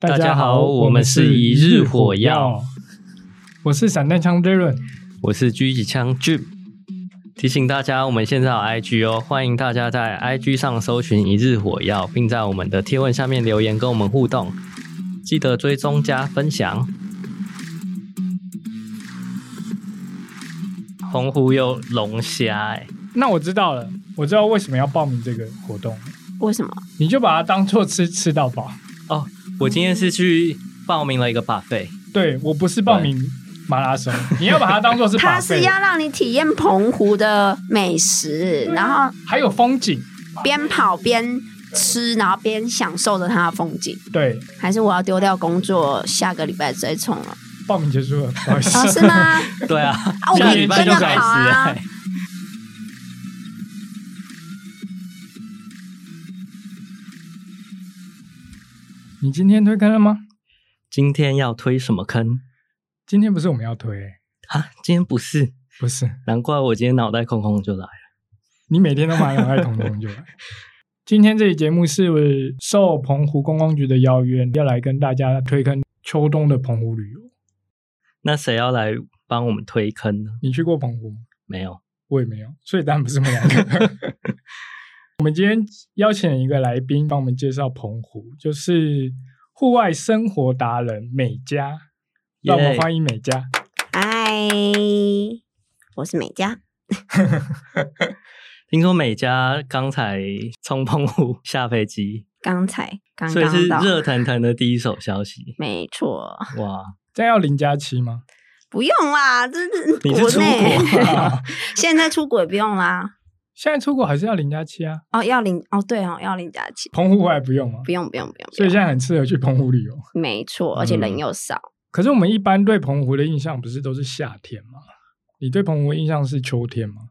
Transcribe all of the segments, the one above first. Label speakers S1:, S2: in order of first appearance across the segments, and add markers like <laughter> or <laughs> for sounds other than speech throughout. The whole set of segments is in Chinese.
S1: 大家好，我们是一日火药，
S2: 我是散弹枪 Darren。
S1: 我是狙击枪 Jim。提醒大家，我们现在有 IG 哦，欢迎大家在 IG 上搜寻“一日火药”，并在我们的贴文下面留言跟我们互动。记得追踪加分享。澎湖有龙虾、欸，
S2: 那我知道了，我知道为什么要报名这个活动，
S3: 为什么？
S2: 你就把它当做吃吃到饱。
S1: 哦我今天是去报名了一个 buffet，
S2: 对我不是报名马拉松，你要把它当做
S3: <laughs>
S2: 是
S3: 他
S2: buffet
S3: 是要让你体验澎湖的美食，啊然后
S2: 还有风景，
S3: 边跑边吃，然后边享受着它的风景。
S2: 对，
S3: 还是我要丢掉工作，下个礼拜再冲了？ <laughs>
S2: 报名结束了，不好意
S3: 啊，
S2: 思，
S3: 是吗？
S1: 对啊，
S3: 啊，我
S1: 下
S3: 们
S1: 礼
S3: 真
S1: 拜就
S3: 的
S1: 开始
S3: 好啊
S1: 了。。
S2: 你今天推坑了吗？
S1: 今天要推什么坑
S2: 今天不是我们要推、欸
S1: 啊？今天不是，
S2: 不是，
S1: 难怪我今天脑袋空空就来了。
S2: 你每天都买两袋童童就来。今天这期节目是受澎湖观光局的邀约，要来跟大家推坑秋冬的澎湖旅游。
S1: 那谁要来帮我们推坑呢？
S2: 你去过澎湖吗？
S1: 没有，
S2: 我也没有，所以当然不是我们两
S1: <laughs>
S2: 个。我们今天邀请一个来宾帮我们介绍澎湖，就是户外生活达人美嘉，让我们
S1: Yay
S2: 欢迎美嘉。
S3: 嗨，我是美嘉。
S1: 听说美嘉刚才从澎湖 <laughs> 下飞机，
S3: 刚才刚
S1: 所以是
S3: 刚到，
S1: 热腾腾的第一手消
S3: <laughs>
S1: 息。
S3: 没错，嗯
S1: 哇，
S2: 这样要零加七吗？
S3: 不用啦，这是
S1: 你是
S3: 国
S1: 出
S3: 内，
S1: 国啊
S3: <laughs> 现在出国也不用啦。
S2: <laughs> 现在出国还是要零加七啊？
S3: 哦，要领哦，对哦，要领假期，
S2: 澎湖还不用吗
S3: 不？用不用不用，
S2: 所以
S3: 不
S2: 现在
S3: 用
S2: 很适合去澎湖旅游。
S3: 没错，而且人
S1: 嗯
S3: 又少，
S2: 可是我们一般对澎湖的印象不是都是夏天吗？你对澎湖的印象是秋天吗？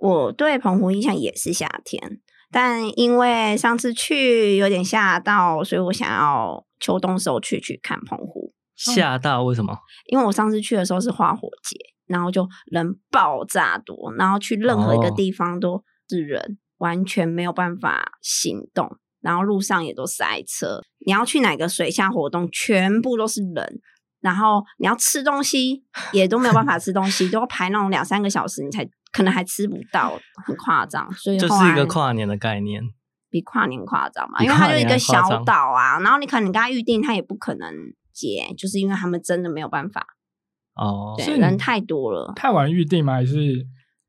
S3: 我对澎湖印象也是夏天，但因为上次去有点吓到，所以我想要秋冬时候去去看澎湖。
S1: 吓到为什么？
S3: 因为我上次去的时候是花火节，然后就人爆炸多，然后去任何一个
S1: 哦
S3: 地方都是人，完全没有办法行动，然后路上也都塞车。你要去哪个水下活动，全部都是人。然后你要吃东西也都没有办法吃东
S1: <laughs>
S3: 西，都要排那种两三个小时，你才可能还吃不到，很夸张。所以
S1: 就
S3: 后
S1: 是一
S3: 来
S1: 个跨年的概念。
S3: 比跨年夸张嘛，
S1: 比
S3: 因为它
S1: 跨
S3: 就一
S1: 年
S3: 个
S1: 还夸
S3: 小
S1: 张
S3: 岛啊，然后你可能跟他预定，他也不可能接，就是因为他们真的没有办法
S1: 哦，
S2: 所以
S3: 对，
S2: 你
S3: 人太多了。
S2: 太晚预定吗？还是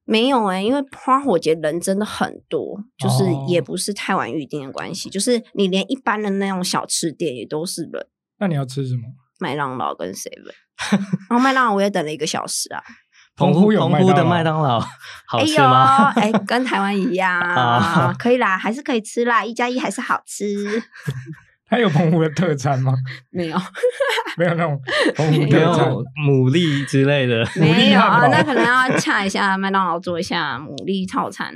S3: 没有哎、因为花火节人真的很多，就是
S2: 哦
S3: 也不是太晚预定的关系，就是你连一般的那种小吃店也都是人，
S2: 那你要吃什么？
S3: 麦当劳跟 seven，然后麦当劳我也等了一个小时啊，
S1: 澎
S2: 澎湖
S1: 湖
S2: 有
S1: 澎
S2: 麦
S1: 湖的
S2: 当劳
S1: 麦当劳好
S3: 哎
S1: 哦吃
S3: 呦，
S1: 吗？
S3: <laughs> 哎，跟台湾一样
S1: 啊，
S3: 可以啦，还是可以吃啦，一加一还是好吃，
S2: 它有澎湖的特产吗？
S3: 没有。
S2: <laughs> 没有那
S1: <laughs>
S2: 种澎湖
S1: 没
S2: 特产
S1: 有。牡蛎之类的，
S2: 牡蛎
S3: 没有
S2: 汉堡
S3: 啊，那可能要洽一下麦当劳做一下牡蛎套餐。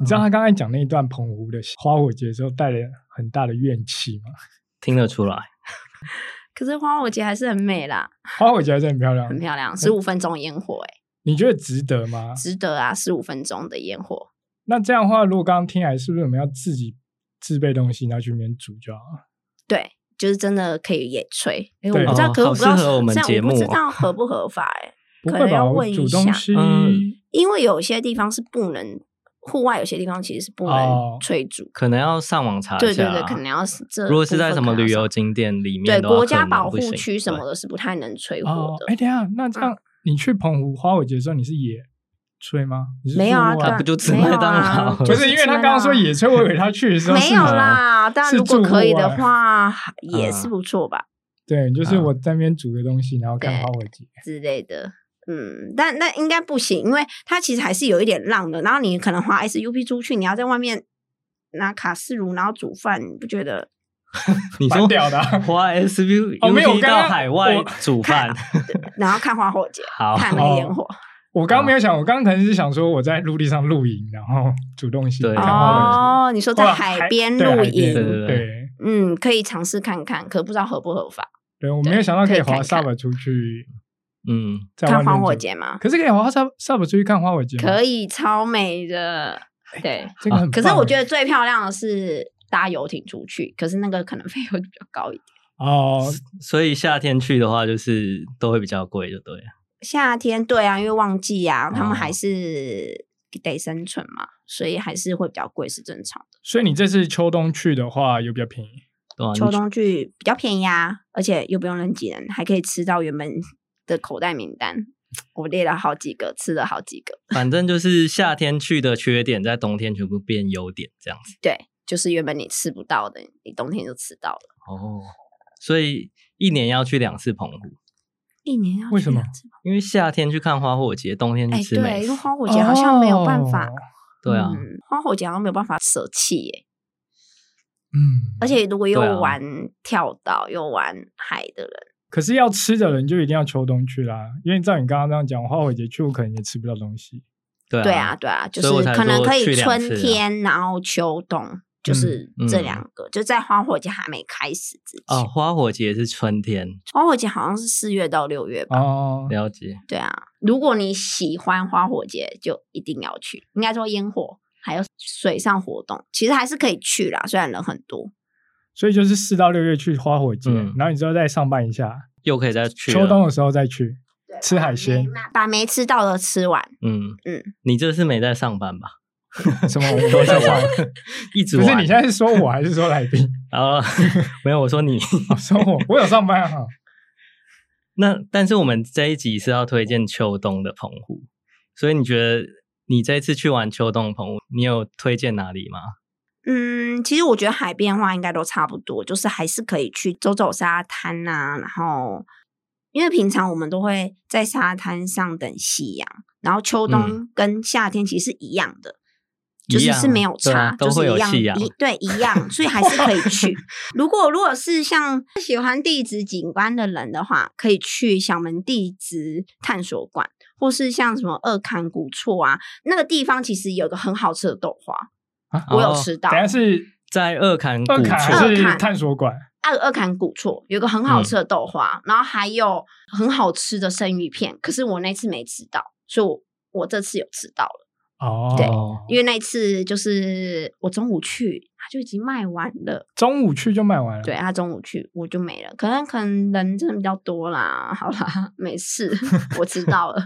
S2: 你知道他刚才讲那一段澎湖的花火节的时候带了很大的怨气吗？
S1: 听得出来。
S3: 可是花火节还是很美啦，
S2: 花火节还是很漂亮
S3: 很，漂亮，十五分钟烟火、欸，
S2: 你觉得值得吗？
S3: 值得啊，十五分钟的烟火。
S2: 那这样的话，如果刚刚听来，是不是我们要自己自备东西，然后去里面煮就好了？
S3: 对，就是真的可以野炊。哎、我
S2: 对
S3: 不知道，
S1: 哦
S3: 可是我不知道
S1: 好适合我们
S3: 这样
S1: 节目
S3: 不知
S1: 哦
S3: 道合不合法哎、
S2: 不
S3: 可
S2: 会
S3: 能
S2: 吧？
S3: 要
S2: 我
S3: 问一
S2: 煮东
S3: 下，
S2: 西，
S1: 嗯
S3: 因为有些地方是不能户外，有些地方其实是不能
S2: 哦
S3: 炊煮。
S1: 可能要上网查一下。啊
S3: 对对对，可能要是这。
S1: 如果是在什么旅游，景点里面
S3: 对
S1: 的话，
S3: 国家
S1: 可能
S3: 保
S1: 不
S3: 护
S1: 行
S3: 区什么，的是不太能吹火
S2: 哦，
S3: 的。嗯
S2: 哎，等一下，那这样你去澎湖花火节的时候，你是野炊吗？你是
S3: 没有啊，
S2: 住
S3: 当
S2: 外
S1: 那
S3: 然
S1: 不就吃
S3: 没有
S1: 麦当
S3: 啊
S1: 劳
S3: 就
S2: 不是因为他
S3: 吃麦
S2: 刚刚
S3: 当
S2: 说
S3: 劳
S2: 野炊，我以为他去的时候
S3: 没
S2: 是
S3: 有
S2: 你
S3: 啦，但
S2: 啊是
S3: 如果
S2: 住
S3: 可以
S2: 户啊
S3: 的
S2: 外
S3: 话，也是
S1: 嗯
S3: 不错吧。
S2: 对，就是
S1: 啊
S2: 我在那边煮个东西，然后看
S3: 对
S2: 花火节。
S3: 之类的。嗯，但那应该不行，因为它其实还是有一点浪的。然后你可能滑 SUP 出去，你要在外面拿卡式炉，然后煮饭，你不觉得？
S2: <laughs>
S1: 你
S2: 蛮
S1: 说
S2: 屌的啊
S1: 花 S U
S2: <laughs> 哦没有我
S1: U
S2: 刚刚
S1: 到海外
S2: 我
S1: 煮饭，
S3: 然后看花火
S2: <laughs>
S3: 节，
S1: 好
S3: 看那个烟火。
S2: 我
S1: 啊
S2: 刚刚没有想，我刚刚可能是想说我在陆地上露营，然后煮东西，
S1: 对
S2: 看花火节。
S3: 哦，你说在
S2: 哇
S3: 海边
S2: 对
S3: 露
S2: 海边
S1: 对对
S3: 营，
S1: 对
S2: 对
S3: 嗯，可以尝试看看，可不知道合不合法。
S2: 对，我没有想到可以滑
S3: 对可以看
S2: sub 出去，
S1: 嗯，
S2: 在外
S3: 看
S2: 面
S3: 花火
S2: 走，
S3: 节吗？
S2: 可是可以滑 sub sub 出去看花火节，
S3: 可
S2: 以，
S3: 以，超美的。对，
S2: 这哎个很棒。欸
S3: 可是我觉
S2: 得
S3: 得最漂亮的是搭游艇出去，可是那个可能费用比较高一点。
S2: 哦，
S1: 所以夏天去的话，就是都会比较贵，就对了。
S3: 夏天对啊，因为旺季啊，他
S1: 哦
S3: 们还是得生存嘛，所以还是会比较贵是正常的。
S2: 所以你这次秋冬去的话，有比较便宜。
S1: 对啊，你
S3: 秋冬去比较便宜啊，而且又不用人挤人，还可以吃到原本的口袋名单。我列了好几个，吃了好几个，
S1: 反正就是夏天去的缺点，在冬天全部变优点这样子。
S3: 对，就是原本你吃不到的，你冬天就吃到了。
S1: 哦，所以一年要去两次澎湖，
S3: 一年要
S2: 为
S3: 去
S2: 什么
S3: 两次吗？
S1: 因为夏天去看花火节，冬天
S3: 哎、
S1: 去吃
S3: 对，
S1: 美
S3: 因
S1: 食
S3: 为。花火节好像没有办法，
S2: 哦
S1: 对啊，
S3: 嗯花火节好像没有办法舍弃耶、
S2: 嗯，
S3: 而且如果又
S1: 对啊
S3: 玩跳岛、又玩海的人，
S2: 可是要吃的人就一定要秋冬去啦，因为照你刚刚这样讲，花火节去我可能也吃不到东西。
S1: 对啊，
S3: 对啊，对啊，就
S1: 所以我
S3: 是
S1: 才
S3: 可能
S1: 说
S3: 可
S1: 去
S3: 以
S1: 两次
S3: 春
S1: 啊
S3: 天，然后秋冬，就是
S1: 嗯
S3: 这
S1: 嗯
S3: 两个，就在花火节还没开始之前。
S1: 哦，花火节是春天，
S3: 花火节好像是四月到六月吧？
S2: 哦，
S1: 了解。
S3: 对啊，如果你喜欢花火节，就一定要去。应该说烟火还有水上活动，其实还是可以去啦，虽然人很多。
S2: 所以就是四到六月去花火节，
S1: 嗯
S2: 然后你之后再上班一下，
S1: 又可以再去了
S2: 秋冬的时候再去。
S3: 对
S2: 吃海鲜，
S3: 把没吃到的吃完。
S1: 嗯嗯
S3: 嗯，
S1: 你这是没在上班吧？
S2: 什
S1: <laughs>
S2: 么？我们在玩？
S1: 一直
S2: 不
S1: 玩。
S2: 是你现在是说我还是说来宾？
S1: 啊？ <laughs> 没有，我说你。
S2: 哦说我，我有上班啊
S3: <laughs>
S2: 哈。
S1: 那但是我们这一集是要推荐秋冬的澎湖，所以你觉得你这一次去玩秋冬的澎湖，你有推荐哪里吗？
S3: 嗯，其实我觉得海边的话应该都差不多，就是还是可以去走走沙滩呐、然后因为平常我们都会在沙滩上等夕阳，然后秋冬跟夏天其实是一样的。
S1: 嗯
S3: 就
S1: 一
S3: 是
S1: 样
S3: 是没有
S1: 对啊
S3: 差，
S1: 都
S3: 就
S1: 会
S3: 是
S1: 有
S3: 一样，
S1: 夕阳
S3: 一对一样，所以还是可以
S1: <laughs>
S3: 去。如果如果是像喜欢地质景观的人的话，可以去小门地质探索馆，或是像什么二坎古厝啊，那个地方其实有个很好吃的豆花，
S2: 啊
S3: 我有
S1: 哦
S3: 吃到。
S2: 等一下是
S1: 在二坎嗯古
S2: 二坎
S1: 厝，
S2: 还是
S3: 二坎
S2: 探索馆？
S3: 二二坎古厝有个很好
S2: 嗯
S3: 吃的豆花，然后还有很好吃的生鱼片，可是我那次没吃到，所以我我这次有吃到了，
S2: 哦，
S3: 对因为那次就是我中午去，它就已经卖完了，
S2: 中午去就卖完了。
S3: 对，他中午去我就没了，可能可能人真的比较多啦， <laughs> 好啦，
S2: <laughs>
S3: 没事，我知道了，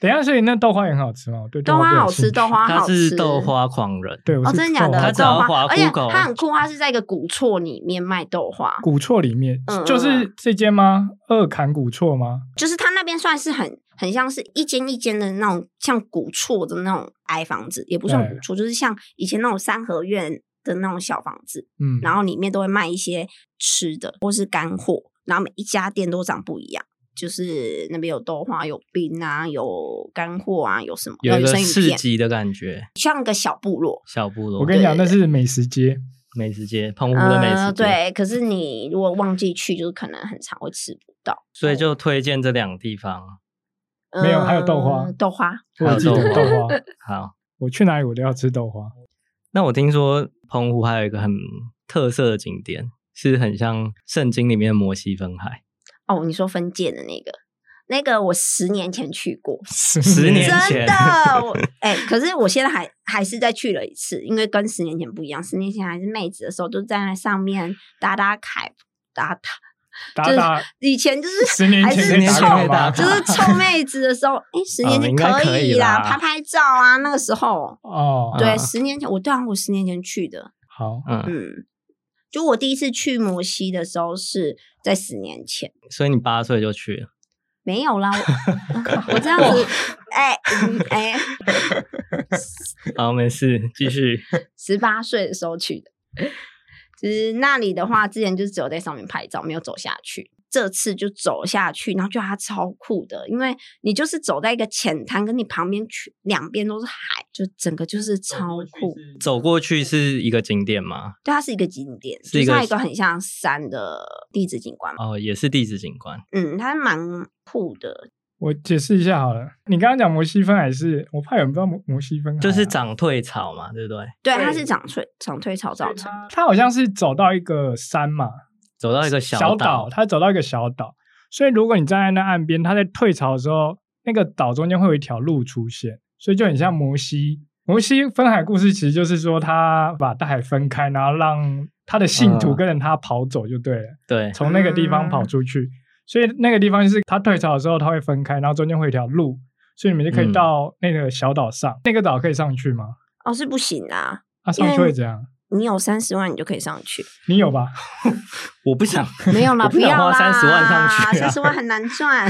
S2: 等一下，所以那豆花也很好吃吗？我对
S3: 豆花
S2: 比较
S3: 好
S2: 有兴
S3: 吃，
S2: 趣
S3: 豆。花
S1: 他
S3: 好
S1: 是
S3: 吃，
S1: 豆。花狂人，
S2: 对，我
S3: 哦，
S2: 是
S3: 真的假
S2: 豆
S3: 的？
S2: 花啊
S1: 他
S3: 豆
S1: 只要滑
S3: 花，而且
S1: Google
S3: 它很酷，它是在一个古厝里面卖豆花，
S2: 古厝里面
S3: 嗯嗯
S2: 就是这间吗？二坎古厝吗？
S3: 就是它那边算是很很像是一间一间的那种像古厝的那种矮房子，也不算
S2: 对
S3: 古厝，就是像以前那种三合院的那种小房子，
S2: 嗯，
S3: 然后里面都会卖一些吃的或是干货，然后每一家店都长不一样。就是那边有豆花、有冰啊、有干货啊、有什么，
S1: 有一
S3: 有
S1: 个
S3: 生鱼
S1: 市
S3: 片，
S1: 集的感觉，
S3: 像个小部落。
S1: 小部落。
S2: 我跟你讲，那
S3: 对
S2: 是美食街。
S1: 美食街，澎湖的美食
S3: 嗯，
S1: 街，，
S3: 对。可是你如果忘记去，就是可能很常会吃不到。
S1: 所以就推荐这两个地方。
S2: 没有还有豆花
S3: 嗯豆花
S2: 我
S1: 还
S2: 有
S1: 有
S2: 记得
S1: 豆
S2: 豆
S1: 花
S2: 花，
S1: 好，
S2: 我去哪里我都要吃豆花。
S1: 那我听说澎湖还有一个很特色的景点，是很像圣经里面的摩西分海。
S3: 哦，你说分界的那个，那个我十年前去过，
S1: 十年前
S3: 真的，
S1: <laughs>
S3: 我哎、可是我现在还还是再去了一次，因为跟十年前不一样，十年前还是妹子的时候，就站在上面打打卡打打，
S2: 打打
S3: 以前就是
S2: 十年
S3: 还
S2: 前
S3: 是
S2: 可以打卡吗
S1: <laughs>
S3: 臭就是臭妹子的时候，哎、十年
S1: 哦应
S3: 前
S1: 该可以
S3: 以
S1: 啦
S3: 拍拍照啊，那个时候，
S2: 哦，
S3: 对，
S1: 啊
S3: 十年前我对啊，我十年前去的，
S2: 好，
S1: 嗯，
S3: 嗯。就我第一次去摩西的时候是在十年前，
S1: 所以你八岁就去了，
S3: 没有啦，我 <laughs> 我这样子，哎嗯哎，
S1: 好，没事，继续。
S3: 十八岁的时候去的，就是那里的话，之前就只有在上面拍照，没有走下去。这次就走下去，然后觉得它超酷的，因为你就是走在一个浅滩，跟你旁边去两边都是海，就整个就是超酷。
S1: 走过去是一个景点吗？
S3: 对，它是一个景点，
S1: 是一个
S3: 就是它一个很像山的地质景观嘛。
S1: 哦，也是地质景观。
S3: 嗯，它蛮酷的。
S2: 我解释一下好了。你刚刚讲摩西分海是，我怕有人不知道摩摩西分海啊，
S1: 就是长退草嘛，对不对？
S3: 对，
S2: 对
S3: 它是长退长退潮造成。
S2: 它好像是走到一个山嘛，
S1: 走到一个
S2: 小
S1: 岛，
S2: 它走到一个小岛，所以如果你站在那岸边，它在退潮的时候，那个岛中间会有一条路出现，所以就很像摩西摩西分海故事其实就是说，他把大海分开，然后让他的信徒
S1: 嗯
S2: 跟着他跑走就对了，
S1: 对，
S2: 从那个地方
S3: 嗯
S2: 跑出去。所以那个地方就是他退潮的时候，他会分开，然后中间会有一条路，所以你们就可以
S1: 嗯
S2: 到那个小岛上。那个岛可以上去吗？
S3: 哦，是不行啊，
S2: 啊，上
S3: 因
S2: 去
S3: 为
S2: 会怎样？
S3: 你有三十万你就可以
S1: <laughs>
S3: 上去，
S2: 你有吧？
S1: 我不想， <laughs>
S3: 没有啦，
S1: 我不
S3: 不
S1: 想花
S3: 要啦，
S1: 30万上去啊
S3: 三十万很难赚。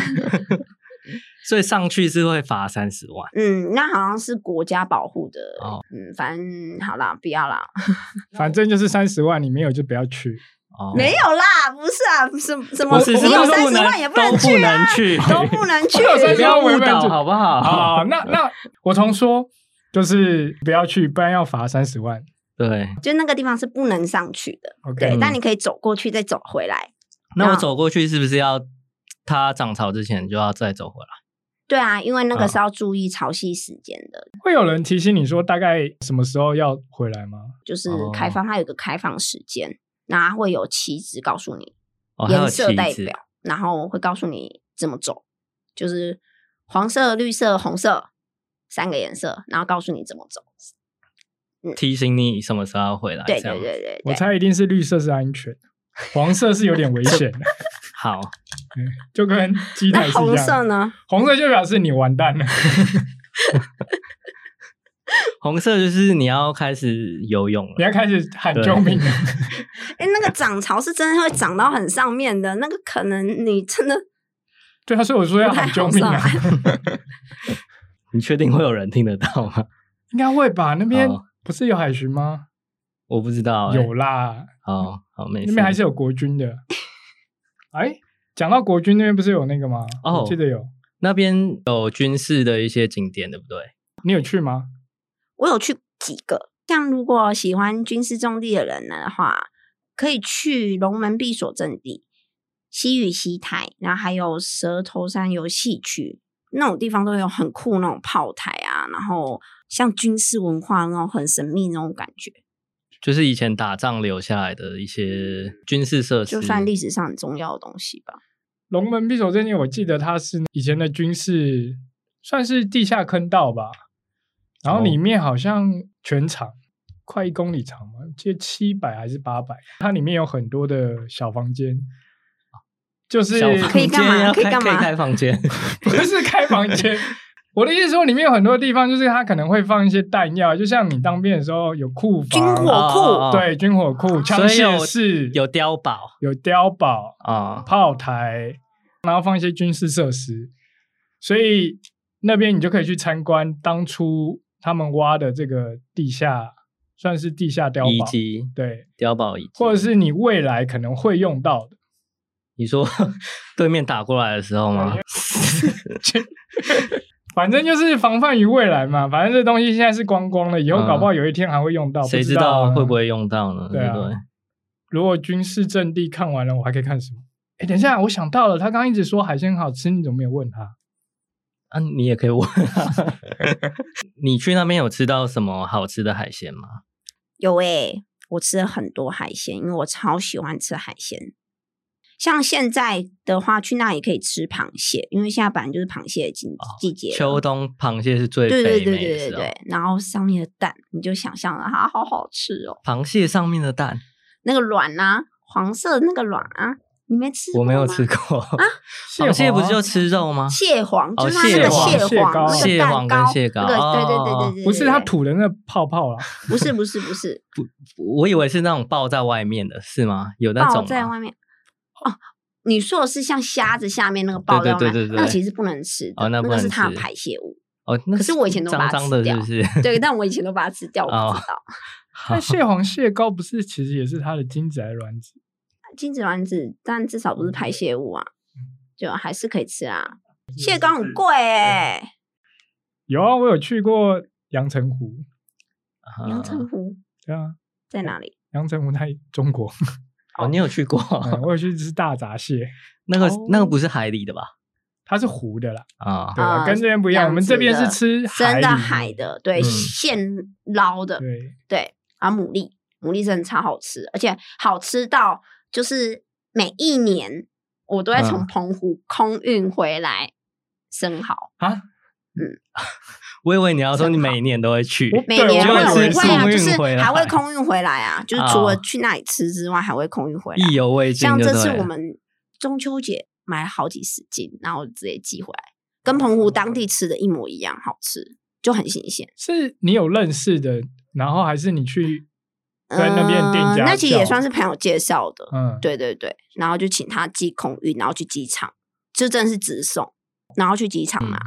S1: 所以上去是会罚三十万。
S3: 嗯，那好像是国家保护的，
S1: 哦
S3: 嗯，反正好啦，不要啦，嗯
S2: 反正就是三十万，你没有就不要去。
S1: 哦，
S3: 没有啦，不是啊，什么什么，
S1: 不是，是
S3: 你有
S1: 都
S3: 三
S1: 不
S3: 十
S1: 能
S3: 万也
S1: 都不
S3: 去
S1: 能
S3: 啊，
S1: 去， <laughs>
S3: 都不能去，
S2: 有三
S1: 不
S2: 十万
S1: 要
S2: 我也
S1: 误
S2: 不能
S1: 导
S2: 去
S1: 好不好？
S2: 啊，那那我重说，就是不要去，不然要罚三十万。
S1: 对，
S3: 就那个地方是不能上去的，对
S2: OK，，
S1: 嗯
S3: 但你可以走过去再走回来。
S1: 那我
S3: 那
S1: 走过去是不是要它涨潮之前就要再走回来？
S3: 对啊，因为那
S1: 啊
S3: 个是要注意潮汐时间的，
S2: 会有人提醒你说大概什么时候要回来吗？
S3: 就是
S1: 哦
S3: 开放，它有一个开放时间，那会有旗子告诉你
S1: 哦，还有
S3: 颜色
S1: 旗
S3: 代
S1: 子，
S3: 表，然后会告诉你怎么走，就是黄色、绿色、红色三个颜色，然后告诉你怎么走。
S1: 提醒你什么时候要回来。
S3: 对
S1: 这样
S3: 对对对
S2: 我
S3: 对，
S2: 猜一定是绿色是安全，黄色是有点危险，
S1: 好，
S2: <laughs> 就跟机台
S3: 那
S2: 是一
S3: 红色
S2: 样。
S3: 呢？
S2: 红色就表示你完蛋了，
S1: 红色就是你要开始游泳了
S2: 你。要开始喊救命了。 <laughs>
S3: 哎，那个涨潮是真的会涨到很上面的，那个可能你真的
S2: 对啊，所以我说要喊救命啊
S3: 不太，
S1: 你确定会有人听得到吗？
S2: <laughs>
S1: <laughs>
S2: 应该会吧？那边
S1: 哦
S2: 不是有海巡吗？
S1: 我不知道、欸。
S2: 有啦，
S1: 好好没
S2: 那
S1: 事。
S2: 边还是有国军的。哎，讲到国军那边不是有那个吗？
S1: 哦
S2: 我记得有，
S1: 那边有军事的一些景点，对不对？
S2: 你有去吗？
S3: 我有去几个，像如果喜欢军事重地的人呢的话，可以去龙门闭锁阵地、西屿西台，然后还有蛇头山游戏区那种地方都有很酷那种炮台啊，然后像军事文化那种很神秘那种感觉，
S1: 就是以前打仗留下来的一些军事设施，
S3: 就算历史上很重要的东西吧。
S2: 龙门匕首阵地，我记得它是以前的军事，算是地下坑道吧。然后里
S1: 哦
S2: 面好像全长、快一公里长嘛，记得七百还是八百。它里面有很多的小房间，就是
S1: 小房
S3: 可以干嘛
S1: 间要
S3: 可以
S1: 开
S3: 干嘛
S1: 可以开
S2: <laughs>
S1: 房间，
S2: 不是开房间。我的意思说，里面有很多地方，就是它可能会放一些弹药，就像你当兵的时候有库
S3: 军
S2: 房、
S3: 火库，
S1: 哦
S2: 对军火库、枪
S1: 所以有
S2: 械室、
S1: 有碉堡
S2: 有碉堡，
S1: 啊、
S2: 炮台，然后放一些军事设施，所以那边你就可以去参观当初他们挖的这个地下，算是地下碉
S1: 遗
S2: 堡，
S1: 迹，
S2: 对，
S1: 碉堡遗迹，
S2: 或者是你未来可能会用到的。
S1: 你说 <laughs> 对面打过来的时候吗？
S2: 啊反正就是防范于未来嘛，反正这东西现在是光光了，以后搞不好有一天还会用到，
S1: 嗯谁
S2: 不知
S1: 知道会不
S2: 会？
S1: 会用到呢？
S2: 对啊
S1: 不对？
S2: 如果军事阵地看完了，我还可以看什么？哎，等一下，我想到了，他刚刚一直说海鲜很好吃，你怎么没有问他？
S1: 啊，你也可以问、啊。
S2: <laughs>
S1: 你去那边有吃到什么好吃的海鲜吗？
S3: 有诶、我吃了很多海鲜，因为我超喜欢吃海鲜。像现在的话，去那里可以吃螃蟹，因为现在本来就是螃蟹的季季节了、
S1: 秋冬螃蟹是最
S3: 对对
S1: 肥
S3: 对
S1: 美
S3: 对
S1: 的
S3: 对
S1: 时候，
S3: 对，然后上面的蛋，你就想象了它好好吃哦，
S1: 螃蟹上面的蛋
S3: 那个卵啊，黄色的那个卵啊，你没吃？
S1: 我没有吃。过。 <laughs>
S2: 啊
S1: 螃蟹不是就吃肉吗？
S3: 啊蟹黄
S1: 哦
S3: 就是它那个
S2: 蟹黄
S3: 蟹黄，
S2: 蟹
S1: 蟹
S3: 那
S1: 黄
S3: 个蛋糕，
S1: 蟹黄跟蟹
S3: 那
S1: 膏
S3: 个对对对
S1: 哦
S3: 对对对，
S2: 不是他
S3: 对，
S2: 吐的那泡泡啦，啊
S1: <laughs>
S3: 不是不是不是，
S1: 我以为是那种抱在外面的，是吗？有那
S3: 爆
S1: 种
S3: 在
S1: 吗
S3: 外面。哦，你说的是像虾子下面那个爆
S1: 对
S3: 在
S1: 对
S3: 外面，
S1: 对对
S3: 那个
S1: 对
S3: 其实不能吃的，
S1: 哦那
S3: 那
S1: 不
S3: 个
S1: 能
S3: 是它的
S1: 吃
S3: 排泄物。
S1: 哦，那
S3: 可是我以前都把
S1: 脏
S3: 它
S1: 脏的，是
S3: 吃掉
S1: 不是？ <laughs>
S3: 对，但我以前都把它吃掉，我
S1: 哦
S3: 不知道。
S1: 好
S2: 那蟹黄蟹膏不是其实也是它的精子还是卵子？
S3: 精子卵子，但至少不是排泄物啊，就还是可以吃啊。
S2: 嗯
S3: 蟹膏很贵哎，
S2: 有啊，我有去过阳澄湖，
S1: 啊
S3: 阳澄湖
S2: 对啊，
S3: 在哪里？
S2: 阳澄湖在中国，
S1: <laughs> 哦，你有去过？
S2: 嗯我有去吃大闸蟹，
S1: 那个
S3: 哦
S1: 那个不是海里的吧？
S2: 它是湖的啦，
S1: 啊
S2: 对，啊，
S3: 啊
S2: 跟这边不一样，我们这边是吃
S3: 真
S2: 里
S3: 的海，的，对，
S1: 嗯
S3: 现捞的，
S2: 对，
S3: 对，啊，牡蛎，牡蛎真的超好吃，而且好吃到就是每一年我都会从
S1: 嗯
S3: 澎湖空运回来生蚝，
S2: 啊，
S1: <laughs> 我以为你要说你每年都会去，
S2: 我
S3: 每
S2: 对
S3: 年
S2: 我
S3: 会
S2: 也
S3: 嗯有
S2: 以为
S3: 会
S1: 是
S3: 啊，就
S1: 空运
S3: 是
S1: 回来
S3: 还会空运回来啊，就是除了
S1: 哦
S3: 去那里吃之外，还会空运回来。
S1: 意犹未尽
S3: 像
S1: 就对
S3: 这
S1: 了。
S3: 次我们中秋节买了好几十斤，然后直接寄回来，跟澎湖当地吃的一模一样，好吃，就很新鲜。
S2: 是你有认识的，然后还是你去在那边的店
S3: 嗯
S2: 家、
S3: 那其实也算是，朋友介绍的，
S2: 嗯，
S3: 对对对。然后就请他寄空运，然后去机场，这真的是直送，然后去机场
S1: 嗯
S3: 拿。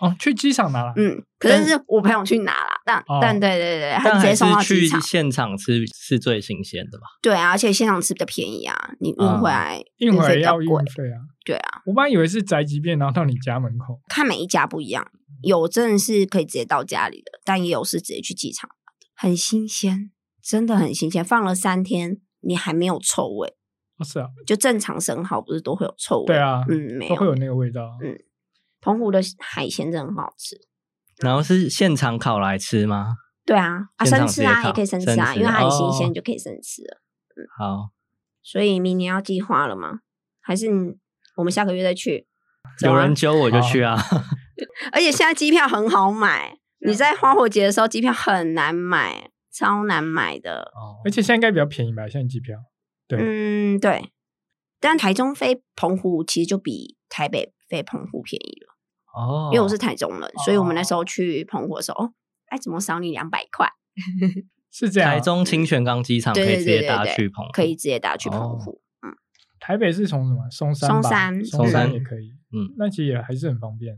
S2: 哦，去机场拿了，
S3: 嗯，可是是我朋友去拿啦，但、
S2: 哦
S3: 但对对对，他
S1: 但
S3: 直接
S1: 还是
S3: 送到机
S1: 去
S3: 场。
S1: 现场吃是最新鲜的吧？
S3: 对啊，而且现场吃比较便宜啊，你运
S1: 嗯
S3: 回来
S2: 运
S3: 运费
S2: 回
S3: 比较
S2: 要运
S3: 贵。
S2: 费啊。
S3: 对啊，
S2: 我本来以为是宅急便，然后到你家门口，
S3: 看每一家不一样，有真的是可以直接到家里的，但也有是直接去机场，很新鲜，真的很新鲜。放了三天，你还没有臭味，
S2: 哦，是啊，
S3: 就正常生蚝不是都会有臭味？
S2: 对，啊，
S3: 嗯，没
S2: 都会有
S3: 有。嗯
S2: 那个味道。
S3: 澎湖的海鲜真的很好吃。
S1: 然后是现场烤来吃吗？
S3: 对啊，啊，
S1: 现
S3: 生
S1: 场
S3: 吃
S1: 直接
S3: 啊，也
S1: 烤
S3: 可以生吃
S1: 生
S3: 啊，因为
S1: 吃
S3: 它很新
S1: 哦
S3: 鲜，就可以生吃了。
S1: 好，
S3: 所以明年要计划了吗？还是你我们下个月再去？
S1: 有人揪我就去啊。
S3: 而且现在机票很好买，你
S1: 啊
S3: 在花火节的时候机票很难买，超难买的。
S1: <laughs> 哦
S2: 而且现在应该比较便宜吧？现在机票对
S3: 嗯，对。但台中飞澎湖其实就比台北飞澎湖便宜了，
S1: 哦，
S3: 因为我是台中人，所以我们那时候去澎湖的时候，哦，哎，怎么少你两百块？
S2: 是这样啊。
S1: 台中清泉岗机场可
S3: 对
S1: 以
S3: 对
S1: 直
S3: 对
S1: 接搭
S3: 对
S1: 去
S3: 对
S1: 澎湖，，
S3: 可以直接打去澎
S1: 哦
S3: 湖。
S2: 台北是从什么松山吧？
S3: 松山
S2: 松山
S1: 嗯
S2: 也可以。
S1: 嗯，
S2: 那其实也还是很方便。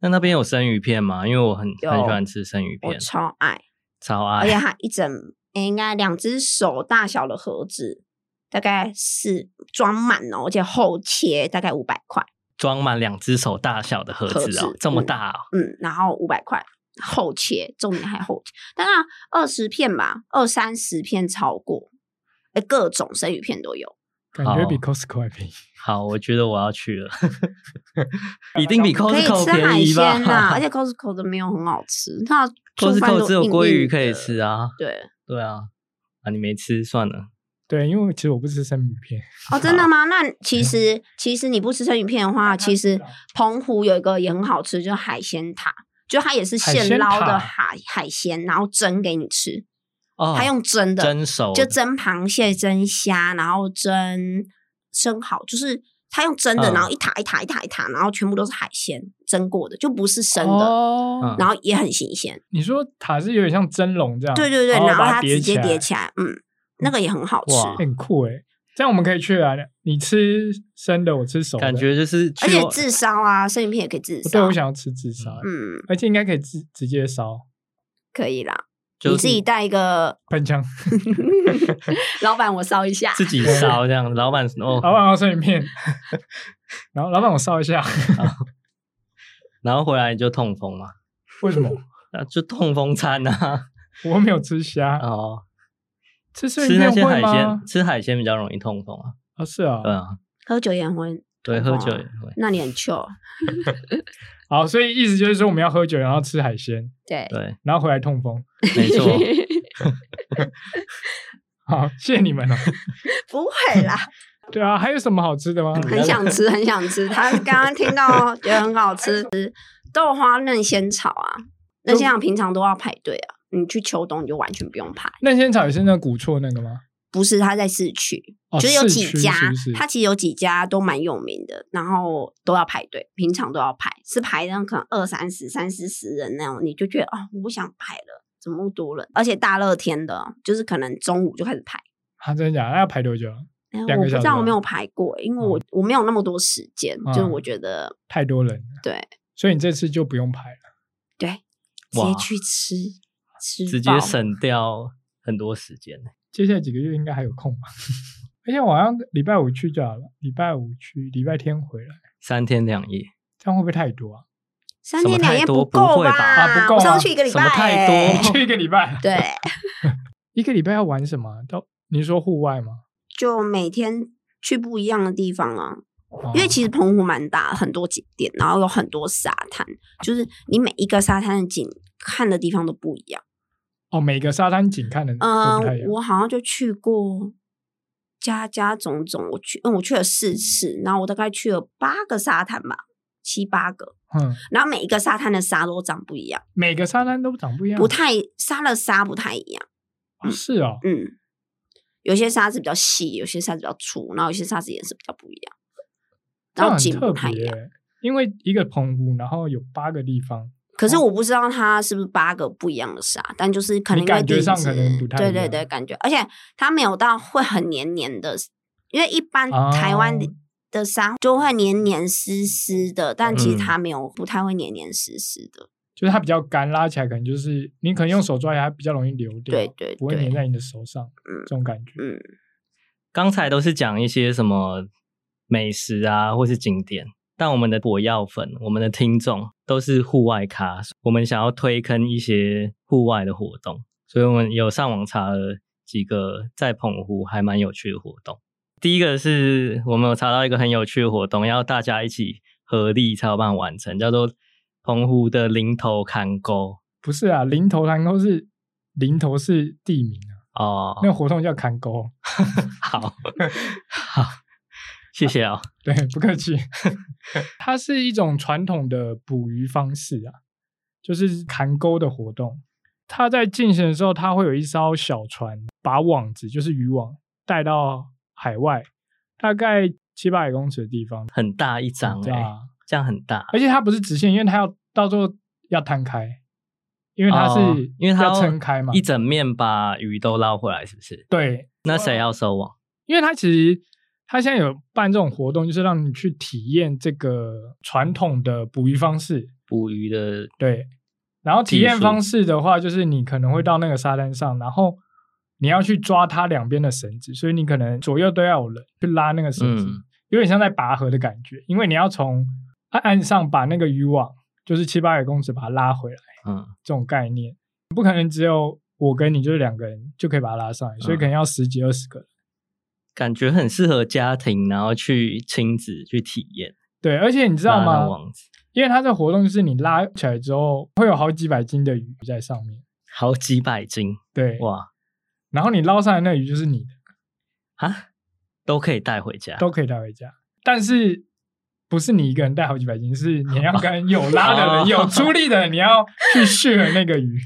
S1: 那那边有生鱼片吗？因为我很
S3: 有
S1: 很喜欢吃生鱼
S3: 我
S1: 片，
S3: 超爱，
S1: 超
S3: 而且
S1: 爱。
S3: 它一整、哎应该两只手大小的盒子，大概是装满哦，而且厚切，大概五百块。
S1: 装满两只手大小的盒
S3: 盒
S1: 子哦
S3: 子，
S1: 这么
S3: 嗯
S1: 大哦，
S3: 嗯，然后五百块厚切，重点还厚切，当然二十片吧，二三十片超过，哎，各种生鱼片都有，
S2: 感觉比
S1: 好
S2: Costco 还便宜。
S1: 好，我觉得我要去
S3: <laughs>
S1: 了，一定比
S3: 可以
S1: Costco
S3: 吃海
S1: 便宜
S3: 鲜
S1: <laughs>
S3: 啦，
S1: 吧
S3: 而且 Costco 的没有很好吃，它做饭
S1: ？Costco
S3: 都
S1: 只有
S3: 硬
S1: 鲑鱼
S3: 硬
S1: 可以
S3: 的
S1: 吃，啊，
S3: 对，
S1: 对啊，啊你没吃算了，
S2: 对，因为其实我不吃生鱼片，
S3: 哦，真的吗？那其实其实你不吃生鱼片的话，其实澎湖有一个也很好吃，就是海鲜塔。就它也是
S2: 海
S3: 现
S2: 鲜
S3: 捞
S2: 塔
S3: 的海海鲜，然后蒸给你吃，
S1: 哦，
S3: 它用蒸的，
S1: 蒸熟
S3: 就
S1: 的
S3: 蒸螃蟹、蒸虾，然后蒸生蚝，就是他用蒸的，
S1: 嗯
S3: 然后一塔一塔一塔一塔，然后全部都是海鲜蒸过的，就不是生的，
S2: 哦
S1: 嗯，
S3: 然后也很新鲜。
S2: 你说塔是有点像蒸笼这样，
S3: 对对对，
S2: 后
S3: 然后
S2: 嗯哦把
S3: 它直接叠
S2: 叠
S3: 起来，嗯，那个也很好吃。
S1: 哇
S2: 很酷诶。这样我们可以去啊，你吃生的，我吃熟的。
S1: 感觉就是
S3: 而
S1: 去
S3: 且
S1: 我
S3: 自烧啊，生鱼片也可以自
S2: 对，
S3: 烧
S2: 我。想要吃自杀，
S3: 嗯，
S2: 而且应该可以直直接烧
S3: 可以啦，
S1: 就
S3: 你自
S1: 是
S3: 己带一个，
S2: 喷枪，
S3: 老板我烧一下。
S1: 自己烧这样，老板
S2: 老
S1: <laughs> 哦，
S2: 板要生鱼片， <laughs> 然后老板我烧一
S1: <laughs>
S2: 下，
S1: 然后回来你就痛风嘛，
S2: 为什么？
S1: 那啊就痛风餐啊， <laughs>
S2: 我没有吃虾，
S1: 哦，
S2: 吃生
S1: 吃
S2: 鱼
S1: 那
S2: 片
S1: 些海
S2: 会吗
S1: 鲜，？吃海鲜比较容易痛风啊，
S2: 啊，是啊
S1: 对，啊，
S3: 喝酒也很会，
S1: 对，
S3: 痛
S1: 喝
S3: 风
S1: 酒
S3: 啊
S1: 也会，
S3: 那你很 chill。
S2: 好，啊所以意思就是说我们要喝酒，然后吃海鲜，
S3: 对，
S1: 对，
S2: 然后回来痛风。
S1: 没错，
S2: <laughs> 好，谢谢你
S1: <laughs>
S2: 们了。
S3: <laughs>
S2: 哦
S3: 不会 <laughs> 啦，
S2: 对啊，还有什么好吃的吗？
S3: 很想 <laughs> 吃，很想吃。他刚刚听到觉得很好吃，豆花嫩仙草啊，嫩仙草平常都要排队啊，你去秋冬你就完全不用排。
S2: 嫩仙草也是那古厝那个吗？
S3: 不是，它在市区，
S2: 哦
S3: 就是有
S2: 市
S3: 几
S2: 区
S3: 家
S2: 是不是，
S3: 它其实有几家都蛮有名的，然后都要排队，平常都要排，是排那种可能二三十、三四十人那种，你就觉得哦，我不想排了，怎么那么多人？而且大热天的，哦就是可能中午就开始排。
S2: 啊，真的假的？那要排多久？
S3: 哎
S2: 两个
S3: 我不知
S2: 小时
S3: 道我
S2: 吗
S3: 没有排过，因为我、我没有那么多时间，就是
S2: 嗯
S3: 我觉得
S2: 太多人了。
S3: 对，
S2: 所以你这次就不用排了。
S3: 对，直
S1: 哇
S3: 接去吃，吃
S1: 直接
S3: 爆
S1: 省掉很多时间，
S2: 接下来几个月应该还有空吧？ <laughs> 而且我好像礼拜五去就好了，礼拜五去，礼拜天回来，
S1: 三天两夜，
S2: 这样会不会太多
S3: <laughs>
S2: 啊？
S3: 三
S1: 什么
S3: 天两
S1: 太
S3: 夜
S1: 多不
S3: 够
S1: 会吧
S2: 啊不够
S3: 我上
S2: 吗
S3: 去一个礼
S1: 什
S3: 拜、
S1: 么
S3: 欸，
S1: 太
S2: 我
S1: 多
S2: 去一个礼拜，
S3: <laughs> 对，
S2: 一个礼拜要玩什么啊？到你说户外吗？
S3: 就每天去不一样的地方啊。
S2: 哦
S3: 因为其实澎湖蛮大，很多景点，然后有很多沙滩，就是你每一个沙滩的景看的地方都不一样。
S2: 哦，每个沙滩景看的
S3: 嗯、
S2: 都不太一样。
S3: 我好像就去过家家种种，我去，嗯，我去了四次，然后我大概去了八个沙滩吧，七八个，
S2: 嗯，
S3: 然后每一个沙滩的沙都长不一样，
S2: 每个沙滩都长不一样，
S3: 不太沙的沙不太一样，
S2: 哦是哦，
S3: 嗯，有些沙子比较细，有些沙子比较粗，然后有些沙子颜色比较不一样，
S2: 这
S3: 然
S2: 样
S3: 后
S2: 很
S3: 景
S2: 特
S3: 不太一
S2: 别
S3: 样。
S2: 欸，因为一个澎湖，然后有八个地方，
S3: 可是我不知道它是不是八个不一样的沙，但就是可能
S2: 你
S3: 因为
S2: 感觉
S3: 地
S2: 上
S3: 质
S2: 可能不太
S3: 对
S2: 一
S3: 对
S2: 样
S3: 对，感觉，而且它没有到会很黏黏的，因为一般
S2: 啊
S3: 台湾的沙就会黏黏湿湿的，但其实它没有，不太会黏黏湿湿的。
S2: 就是它比较干，拉起来可能就是你可能用手抓一下，它比较容易流掉，
S3: 对对
S2: 不会
S3: 对
S2: 粘在你的手上，
S3: 嗯
S2: 这种感觉。
S3: 嗯，
S1: 刚才都是讲一些什么美食啊，或是景点，但我们的火药粉，我们的听众都是户外咖，我们想要推坑一些户外的活动，所以我们有上网查了几个在澎湖还蛮有趣的活动。第一个是我们有查到一个很有趣的活动，要大家一起合力才有办法完成，叫做澎湖的零头砍沟
S2: 不是啊，零头弹沟是零头是地名啊，
S1: 哦 <laughs>
S2: 那。个活动叫砍沟。
S1: 好， <laughs> 好，谢谢哦。
S2: 对，不客
S1: <laughs>
S2: 气。它是一种传统的捕鱼方式啊，就是砍钩的活动。它在进行的时候，它会有一艘小船把网子，就是渔网带到海外，大概七八百公尺的地方。
S1: 很大一张哎、
S2: 对啊，
S1: 这样很大。
S2: 而且它不是直线，因为它要到最后要摊开，因为它是、
S1: 哦因为它
S2: 要
S1: 要
S2: 撑开嘛。
S1: 一整面把鱼都捞回来，是不是？
S2: 对，
S1: 那谁要收网？
S2: 因为它其实它现在有办这种活动，就是让你去体验这个传统的捕鱼方式。
S1: 捕鱼的
S2: 对，然后体
S1: 技
S2: 验
S1: 术
S2: 方式的话，就是你可能会到那个沙滩上，然后你要去抓它两边的绳子，所以你可能左右都要有人去拉那个绳子，
S1: 嗯
S2: 有点像在拔河的感觉，因为你要从岸岸上把那个渔网，就是七八百公尺把它拉回来，
S1: 嗯，
S2: 这种概念不可能只有我跟你就是两个人就可以把它拉上来，所以
S1: 嗯
S2: 可能要十几二十个人。
S1: 感觉很适合家庭，然后去亲子去体验，
S2: 对，而且你知道
S1: 拉那
S2: 吗？
S1: 网子
S2: 因为它这活动就是你拉起来之后会有好几百斤的鱼在上面，
S1: 好几百斤
S2: 对，
S1: 哇
S2: 然后你捞上来那鱼就是你的。
S1: 啊，都可以带回家。
S2: 都可以带回家，但是不是你一个人带好几百斤，是你要跟有拉的
S1: 哦 <laughs>
S2: 人、有出力的人，你要去 share 那个鱼，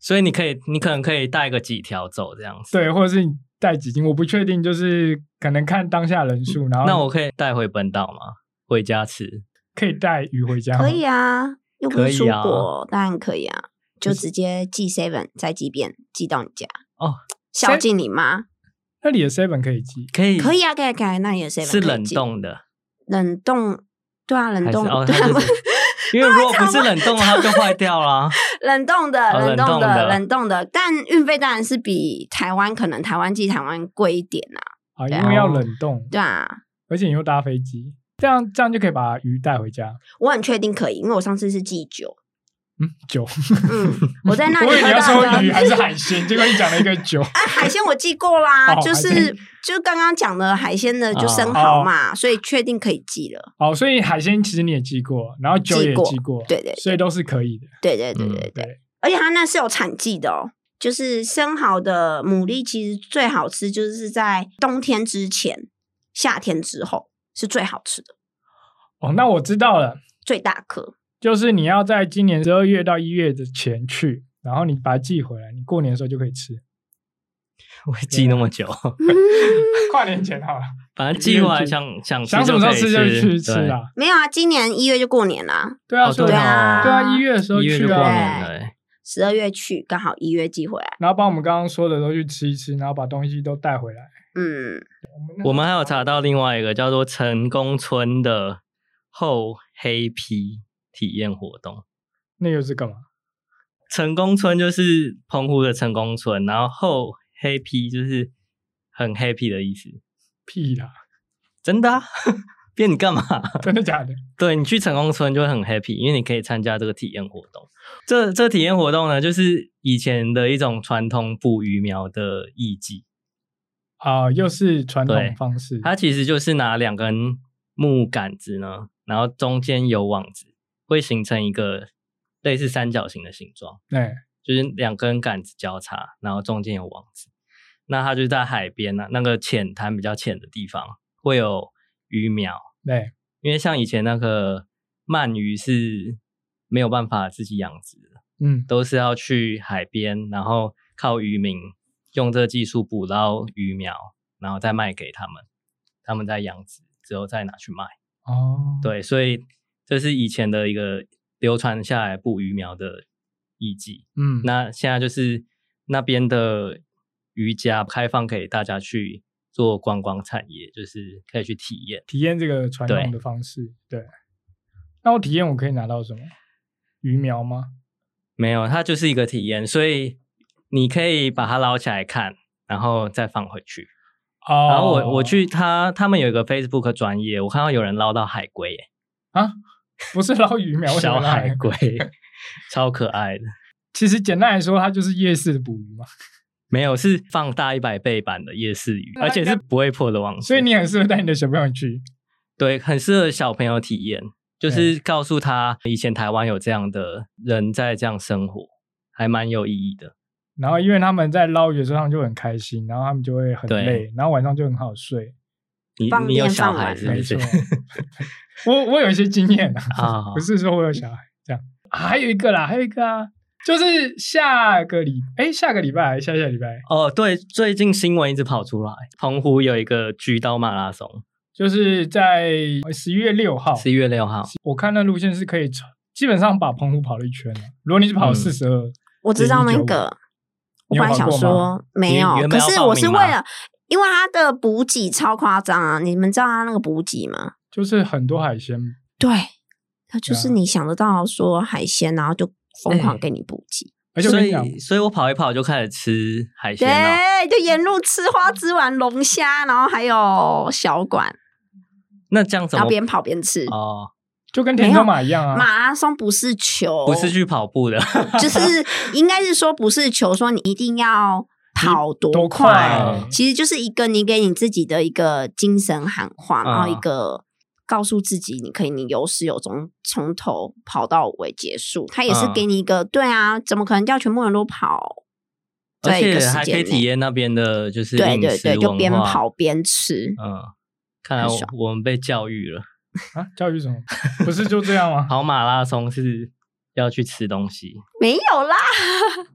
S1: 所以你可以，你可能可以带个几条走这样子。
S2: 对，或者是你带几斤，我不确定，就是可能看当下人数，然后
S1: 嗯那我可以带回本岛吗？回家吃？
S2: 可以带鱼回家吗，
S3: 可以啊，又不
S1: 可
S3: 是
S1: 以
S3: 出
S1: 啊
S3: 国，当然可以啊，就
S2: 可是
S3: 直接寄 seven 再寄遍寄到你家
S1: 哦，
S3: 孝
S2: seven-
S3: 敬你妈。
S2: 那里的 seven 可以寄，
S1: 可以，
S3: 可以啊，可以可以，那也 seven
S1: 是冷冻的，
S3: 冷冻，对啊，冷
S1: 还是
S3: 冻，
S1: 哦？
S3: 对
S1: 它
S3: 啊，
S1: 就是
S3: <laughs>
S1: 因为如果不是冷冻，它就坏掉啦。
S3: 冷冻的，
S1: 哦
S3: 冷冻
S1: 冷冻的
S3: 的，冷冻的，但运费当然是比台湾可能台湾寄台湾贵一点啊，
S2: 啊，
S3: 对
S2: 因
S3: 啊
S2: 为要冷冻，
S3: 对啊，
S2: 而且你又搭飞机，这样这样就可以把鱼带回家。
S3: 我很确定可以，因为我上次是寄酒，
S2: 嗯，酒， <laughs>
S3: 嗯，我在那里
S2: 我以为你
S3: 喝
S2: 要
S3: 到
S2: 说鱼
S3: 的。
S2: 还是海鲜，结果你讲了一个酒。
S3: 啊，海鲜我寄过啦，
S2: 哦
S3: 就
S2: 海
S3: 是
S2: 鲜
S3: 就刚刚讲的海鲜的就生
S2: 哦
S3: 蚝嘛，所以确定可以寄了。
S2: 哦，所以海鲜其实你也寄过，然后酒也
S3: 寄过
S2: 寄过，
S3: 对对对
S2: 所以都是可以的。
S3: 对对对
S1: 嗯
S3: 对对，
S2: 对
S3: 而且它那是有产季的哦，就是生蚝的牡蛎其实最好吃就是在冬天之前，夏天之后是最好吃的，
S2: 哦，那我知道了。
S3: 最大
S2: <laughs>
S3: 颗。
S2: 就是你要在今年十二月到一月的前去，然后你把它寄回来，你过年的时候就可以吃。
S1: 我寄
S2: 啊
S1: 那么久，
S2: 跨年前好了，
S1: 反正寄回来想想
S2: 想什么时候吃就去吃
S1: 啊。
S2: 啦。
S3: 没有啊，今年一月就过年啦，
S2: 对啊，
S1: 哦
S2: 所以
S3: 对
S2: 对
S3: 啊
S2: 啊，一月的时候
S1: 一月
S2: 去
S1: 就过
S2: 啊，
S1: 年了、欸，
S3: 十二月去刚好一月寄回来。
S2: 然后把我们刚刚说的都去吃一吃，然后把东西都带回来。
S3: 嗯，
S1: 我们还有查到另外一个叫做成功村的厚黑皮体验活动。
S2: 那又是干嘛？
S1: 成功村就是澎湖的成功村，然后厚黑皮就是很 happy 的意思，
S2: 屁啦， <laughs>
S1: 真的、啊？ <laughs> 变你干嘛？
S2: 真的假的？
S1: 对你去成功村就会很 happy，因为你可以参加这个体验活动。这这体验活动呢，就是以前的一种传统捕鱼苗的艺伎，
S2: 啊，又是传
S1: 对
S2: 统方式。
S1: 它其实就是拿两根木杆子呢，然后中间有网子，会形成一个类似三角形的形状，
S2: 对，
S1: 就是两根杆子交叉，然后中间有网子。那它就在海边啊呢、那个浅滩比较浅的地方会有鱼苗，
S2: 对，
S1: 因为像以前那个鳗鱼是没有办法自己养殖的，
S2: 嗯，
S1: 都是要去海边，然后靠渔民用这技术捕捞鱼苗，然后再卖给他们，他们再养殖之后再拿去卖。
S2: 哦，，
S1: 对，所以这是以前的一个流传下来捕鱼苗的艺伎。
S2: 嗯，
S1: 那现在就是那边的渔家开放给大家去做观光产业，就是可以去体验。
S2: 体验这个传统的方式，对。那我体验我可以拿到什么？鱼苗吗？
S1: 没有，它就是一个体验，所以你可以把它捞起来看，然后再放回去。
S2: 哦
S1: 然后啊我我去他他们有一个 Facebook 专业，我看到有人捞到海龟耶，
S2: <laughs> 啊，不是捞鱼苗，为什么
S1: 小
S2: 要捞
S1: 海龟， <laughs> 超可爱的。
S2: <laughs> 其实简单来说，它就是夜市的捕鱼嘛，
S1: 没有，是放大一百倍版的夜市鱼，
S2: 那
S1: 而且
S2: 应该
S1: 是不会破的网。
S2: <laughs> 所以你很适合带你的小朋友去。
S1: 对，很适合小朋友体验，就是告诉他以前台湾有这样的人在这样生活，还蛮有意义的。
S2: 然后因为他们在捞鱼的时候，他们就很开心，然后他们就会很
S1: 对
S2: 累，然后晚上就很好睡。
S1: 你
S3: 放
S1: 你有
S3: 电
S1: 小
S3: 放
S1: 孩
S3: 完
S1: 是
S2: 没
S1: 不
S2: 错 <laughs>
S1: 是？，
S2: 我我有一些经验啊，
S1: <laughs>
S2: <laughs>
S1: 啊
S2: 不是说我有小孩这样、啊还有一个啦，还有一个啊，就是下个礼，哎，下个礼拜还是下下礼拜，
S1: <laughs> 哦，对，最近新闻一直跑出来，澎湖有一个巨刀马拉松，
S2: 就是在十一月六号，
S1: 十一月六号。
S2: 我看那路线是可以从基本上把澎湖跑了一圈了。如果你是跑
S1: 嗯
S2: 四十二，
S3: 我知道那个，
S2: 你
S3: 我
S2: 有
S3: 本来想
S2: 跑过吗
S3: 说没有
S1: 你原，
S3: 可
S1: 本要
S3: 是
S1: 报
S3: 我是
S1: 名
S3: 为
S1: 吗
S3: 了，因为它的补给超夸张啊！你们知道它那个补给吗？
S2: 就是很多海鲜，
S3: 对，它就
S2: 对啊
S3: 是你想得到说海鲜，然后就疯狂
S1: 哎
S3: 给你补给，
S2: 而且我
S1: 所
S2: 跟你讲，
S1: 以，所以我跑一跑就开始吃海鲜了。
S3: 对，就沿路吃花枝丸、龙虾，然后还有小馆，
S1: 那这样怎
S3: 然
S1: 么
S3: 后边跑边吃。
S1: 哦？
S2: 就跟田中马一样啊，
S3: 马拉松不是球，
S1: 不是去跑步的，
S3: 哦就是应该是说不是求说你一定要跑
S2: 多
S3: 多
S2: 快
S3: 快，其实就是一个你给你自己的一个精神喊话，
S1: 啊
S3: 然后一个告诉自己你可以，你有始有终，从头跑到尾结束。它也是给你一个对啊，怎么可能叫全部人都跑
S1: <laughs> 而
S3: 在一
S1: 且
S3: 个时
S1: 还可以
S3: 间
S1: 体
S3: 内？
S1: 验那边的就是
S3: 对
S1: 饮
S3: 对
S1: 食
S3: 对，就
S1: 文
S3: 边
S1: 化
S3: 跑边吃。
S1: 嗯，看来
S3: 很
S1: 我
S3: 爽
S1: 我们被教育了。
S2: 啊，教育什
S1: <laughs>
S2: 么？不是就这样吗？
S1: 跑马拉松是要去吃东西，
S3: 没有啦，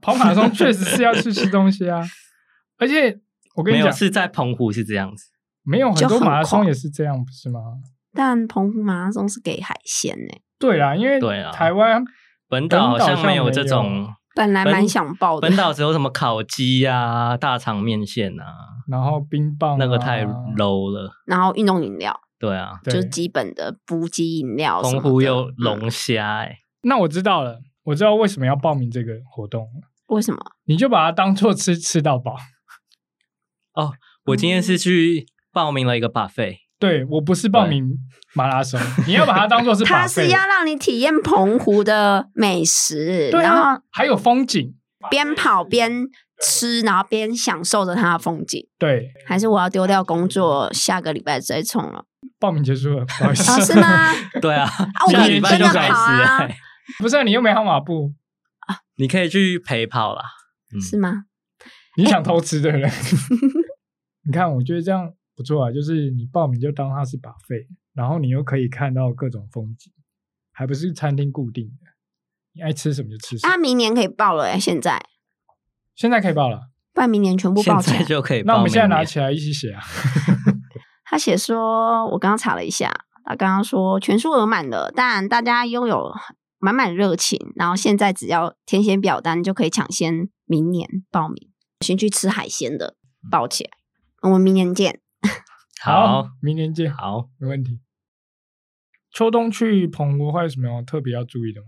S2: 跑马拉松确实是要去吃东西啊，而且我跟你
S1: 没有
S2: 讲，
S1: 是在澎湖是这样子。
S2: 没有很
S3: 就
S2: 多
S3: 很
S2: 马拉松
S3: 狂
S2: 也是这样，不是吗？
S3: 但澎湖马拉松是给海鲜呢、
S2: 对啦，因为
S1: 对啊
S2: 台湾
S1: 本岛好
S2: 本岛
S1: 像
S2: 上
S1: 没
S2: 没有
S1: 有这种，
S3: 本来蛮想报的。
S1: 本岛只有什么烤鸡啊、大肠面线啊，
S2: 然后冰棒、啊、
S1: 那个太 low 了。
S3: 然后运动饮料
S1: 对啊，
S3: 就
S2: 对
S3: 是基本的补给饮料什么
S1: 澎
S3: 的，
S1: 湖有
S3: 嗯
S1: 龙虾、欸，
S2: 那我知道了，我知道为什么要报名这个活动了，
S3: 为什么？
S2: 你就把它当做吃吃到饱。
S1: 我今
S3: 嗯
S1: 天是去报名了一个 buffet，
S2: 对我不是报名马拉松，你要把它当做
S3: <laughs>
S2: 是
S3: 它
S2: buffet，
S3: 是要让你体验澎湖的美食，
S2: 对
S3: 然
S2: 啊
S3: 后，
S2: 还有风景，
S3: 边跑边吃，然后边享受着它的风景。
S2: 对，
S3: 还是我要丢掉工作，下个礼拜直接冲
S2: <laughs>
S3: 了？
S2: 报名结束了，不好意思，
S3: 啊，是吗？
S1: 对啊，
S3: 我
S1: 下
S2: 们
S1: 礼拜
S2: 真
S1: 就
S2: 的
S1: 开始
S3: 跑
S1: 了、
S3: 啊
S1: 欸
S2: <laughs> 不是啊、你又没号码布，
S1: 你可以去陪跑啦。嗯
S3: 是吗？
S2: 你
S3: 哎
S2: 想偷吃对不
S3: <laughs>
S2: 对？你看，我觉得这样不错啊，就是你报名就当它是把费，然后你又可以看到各种风景，还不是餐厅固定的，你爱吃什么就吃什么。
S3: 那啊明年可以报了哎、现在，
S2: 现在可以报了，
S3: 不啊然明年全部
S1: 现
S3: 报起
S1: 在
S3: 来。
S1: 就可以报名了。
S2: 那我们现在拿起来一起写啊。
S3: 他写说，我刚刚查了一下，他刚刚说全数额满了，但大家拥有满满热情，然后现在只要填写表单就可以抢先明年报名，先去吃海鲜的，抱起来，我们明年见。
S1: 好
S2: 明年见，
S1: 好，
S2: 没问题。秋冬去澎湖会有什么特别要注意的吗？